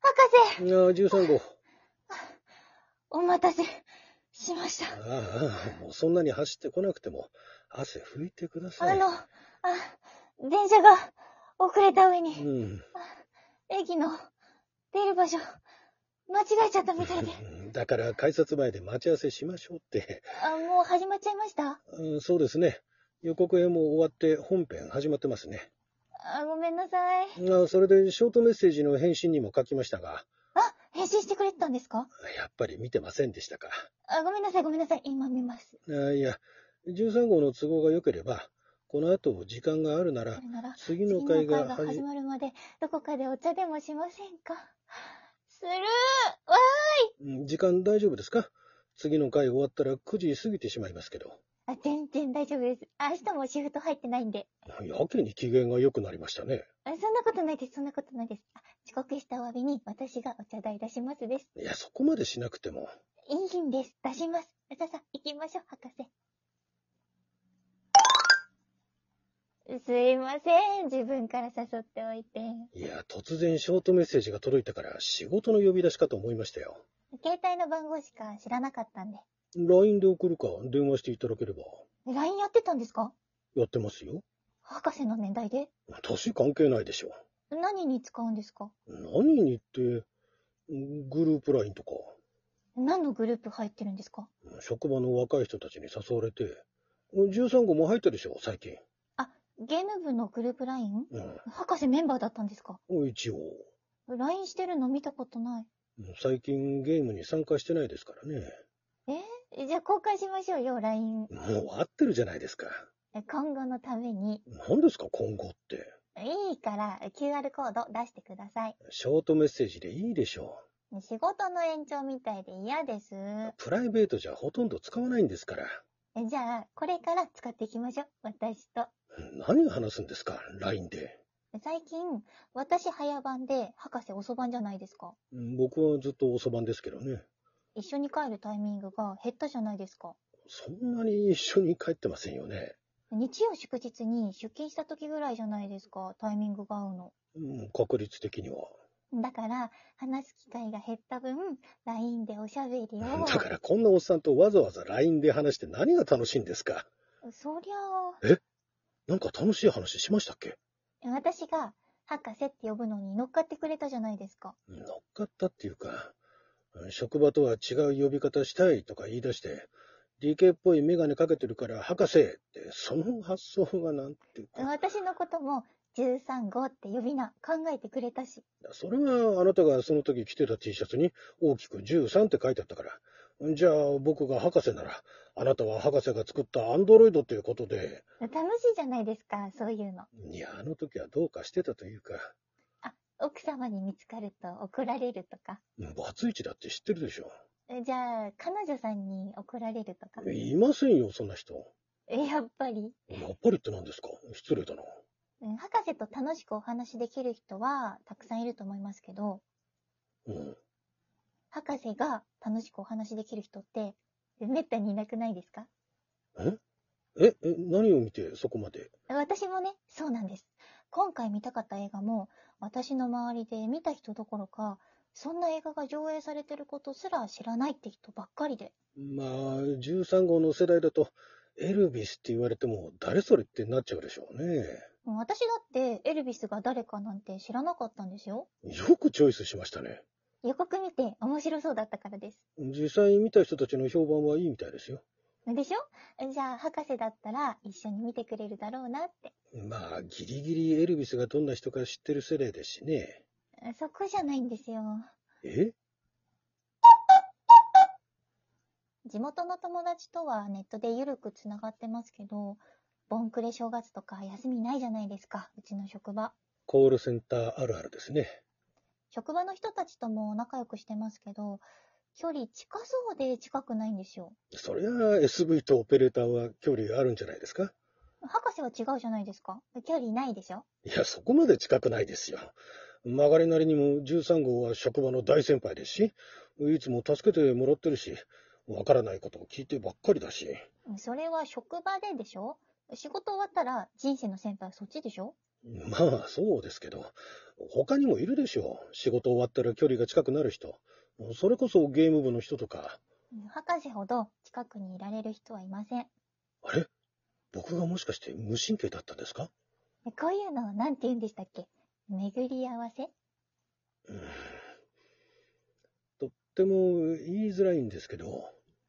あ13号。お待たせしましたあ。あ、もうそんなに走ってこなくても、汗拭いてくださあい。の、あ、電車が遅れた上うに、ん。駅の出る場所、間違えちゃったみた いで。だから改札前で待ち合わせしましょうって。あ、もう始まっちゃいましたうん、そうですね。予告編も終わって本編始まってますね。あ、ごめんなさい。あそれでショートメッセージの返信にも書きましたが、あ、返信してくれてたんですかやっぱり見てませんでしたか。あ、ごめんなさい、ごめんなさい。今見ます。あいや、13号の都合が良ければ、この後時間があるなそら、れなら、次次のの回会ががはじ始まるまで、どこかでお茶でもしませんかするーわうん時間大丈夫ですか次の回終わったら9時過ぎてしまいますけど。ーいあ、全然大丈夫です。明日もシフト入ってないんで。やけに機嫌が良くなりましたね。あそんなことないです、そんなことないです。あ遅刻したお詫びに、私がお茶代出しますです。いや、そこまでしなくても。いいんです。出します。さあさあ、行きましょう、博士。すいません。自分から誘っておいて。いや、突然ショートメッセージが届いたから仕事の呼び出しかと思いましたよ。携帯の番号しか知らなかったんで。 LINE で送るか電話していただければ。 LINE やってたんですかやってますよ。博士の年代で年関係ないでしょ。何に使うんですか何にって、グループ LINE とか、何のグループ入ってるんですか職場の若い人たちに誘われて、13号も入ったでしょ、最近。ゲーム部のグループ LINE? う博士メンバーだったんですかん、一応。 ?LINE してるの見たことない。最近ゲームに参加してないですからね。えじゃあ交換しましょうよ、LINE。もう合ってるじゃないですか。今後のために。何ですか、今後って。いいから、QR コード出してください。ショートメッセージでいいでしょ仕事の延長みたいで嫌です。う。プライベートじゃほとんど使わないんですから。えじゃあ、これから使っていきましょう。私と。何話すんですか ?LINE で。最近、私早番で、博士遅番じゃないですか。僕はずっと遅番ですけどね。一緒に帰るタイミングが減ったじゃないですか。そんなに一緒に帰ってませんよね。日曜祝日に出勤した時ぐらいじゃないですか。タイミングが合うの。うん、確率的には。だから、話す機会が減った分、LINE でおしゃべりを。だからこんなおっさんとわざわざ LINE で話して何が楽しいんですかそりゃなんか楽しい話しましたっけあ、私が、博士って呼ぶのに乗っかってくれたじゃないですか。乗っかったっていうか、職場とは違う呼び方したいとか言い出して、理系っぽいメガネかけてるから博士って、その発想がなんていうか、私のことも、13号って呼び名考えてくれたし。それはあなたがその時着てた T シャツに大きく13って書いてあったから、じゃあ僕が博士なら、あなたは博士が作ったアンドロイドっていうことで、楽しいじゃないですか、そういうの。いや、あの時はどうかしてたというか、あ、奥様に見つかると怒られるとか。バツイチだって知ってるでしょ。えじゃあ、彼女さんに怒られるとか。いませんよ、そんな人。えやっぱり。やっぱりって何ですか失礼だな。うん博士と楽しくお話しできる人は、たくさんいると思いますけど、うん。博士が楽しくお話しできる人って、めったにいなくないですかえ、え、何を見てそこまで私もね、そうなんです。今回見たかった映画も、私の周りで見た人どころか、そんな映画が上映されてることすら知らないって人ばっかりで。まあ、13号の世代だと、エルビスって言われても、誰それってなっちゃうでしょうね。もう私だって、エルビスが誰かなんて知らなかったんですよ。よくチョイスしましたね。予告見て面白そうだったからです。実際見た人たちの評判はいいみたいですよ。でしょじゃあ、博士だったら一緒に見てくれるだろうなって。まあ、ギリギリエルビスがどんな人か知ってる世代ですしね。そこじゃないんですよ。え地元の友達とはネットでゆるくつながってますけど、ボンクレ正月とか休みないじゃないですか、うちの職場。コールセンターあるあるですね。職場の人たちとも仲良くしてますけど、距離近そうで近くないんですよ。そりゃ、SV とオペレーターは距離あるんじゃないですか博士は違うじゃないですか。距離ないでしょいや、そこまで近くないですよ。曲がりなりにも13号は職場の大先輩ですし、いつも助けてもらってるし、わからないことを聞いてばっかりだし、それは職場ででしょ仕事終わったら人生の先輩はそっちでしょまあそうですけど、他にもいるでしょう。仕事終わったら距離が近くなる人。それこそゲーム部の人とか。うん博士ほど近くにいられる人はいません。あれ僕がもしかして無神経だったんですかこういうのは何て言うんでしたっけ巡り合わせうーんとっても言いづらいんですけど、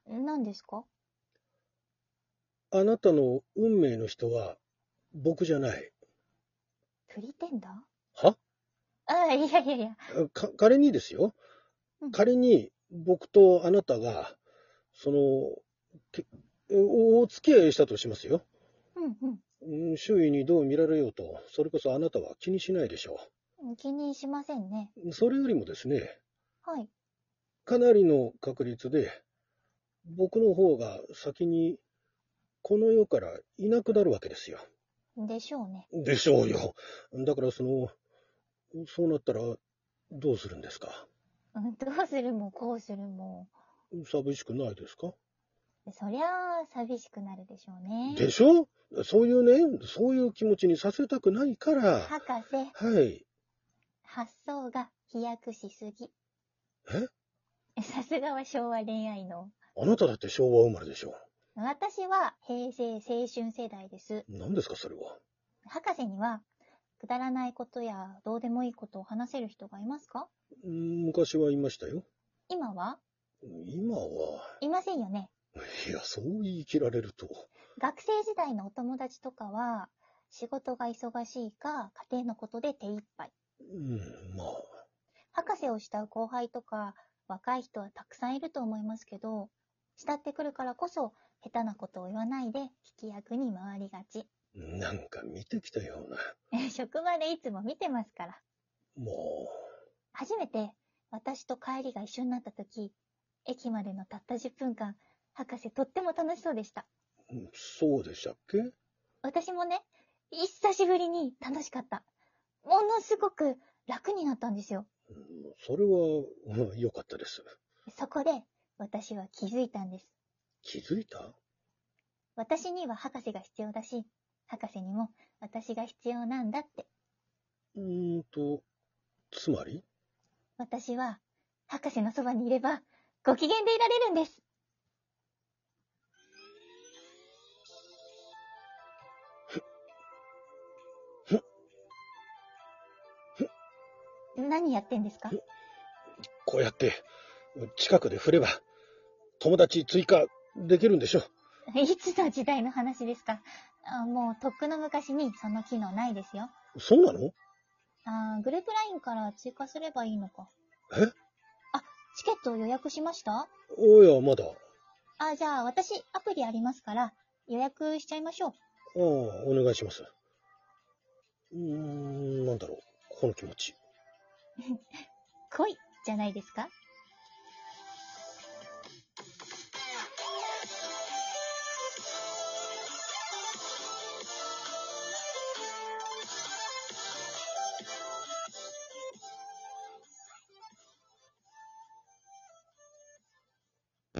何ですかあなたの運命の人は僕じゃない。プリテンダーはああ、いやいやいや。か仮にですようん。仮に僕とあなたが、その、けおお付き合いしたとしますよ。うんうん周囲にどう見られようと、それこそあなたは気にしないでしょうん。気にしませんね。う。それよりもですね、はい。かなりの確率で、僕の方が先に、この世からいなくなるわけですよ。でしょうね。でしょうよ。だからその、そうなったら、どうするんですかうんどうするもこうするも。寂しくないですかそりゃあ、寂しくなるでしょうね。でしょそういうね、そういう気持ちにさせたくないから、博士、はい。発想が飛躍しすぎ。えさすがは昭和恋愛の。あなただって昭和生まれでしょ私は平成青春世代です。何ですか、それは。博士には、くだらないことやどうでもいいことを話せる人がいますかうん昔はいましたよ。今は今は、いませんよね。いや、そう言い切られると。学生時代のお友達とかは、仕事が忙しいか、家庭のことで手一杯。うん、まあ、博士を慕う後輩とか、若い人はたくさんいると思いますけど、慕ってくるからこそ、下手なことを言わないで、聞き役に回りがち。 なんか見てきたような。職場でいつも見てますから。も初めて、私と帰りが一緒になった時、駅までのたった10分間、博士とっても楽しそうでした。う、そうでしたっけ私もね、久しぶりに楽しかった。ものすごく楽になったんですよ。うんそれは、うん良かったです。そこで、私は気づいたんです。気づいた私には博士が必要だし、博士にも私が必要なんだって。うーんと、つまり私は、博士のそばにいれば、ご機嫌でいられるんです。何やってんですかこうやって、近くで振れば、友達追加できるんでしょいつの時代の話ですかあもうとっくの昔にその機能ないですよ。そうなのあグループ LINE から追加すればいいのか。えあ、チケットを予約しましたおや、まだ。ああ、じゃあ私アプリありますから予約しちゃいましょう。あ、お願いします。うーん、なんだろう。この気持ち。来いじゃないですか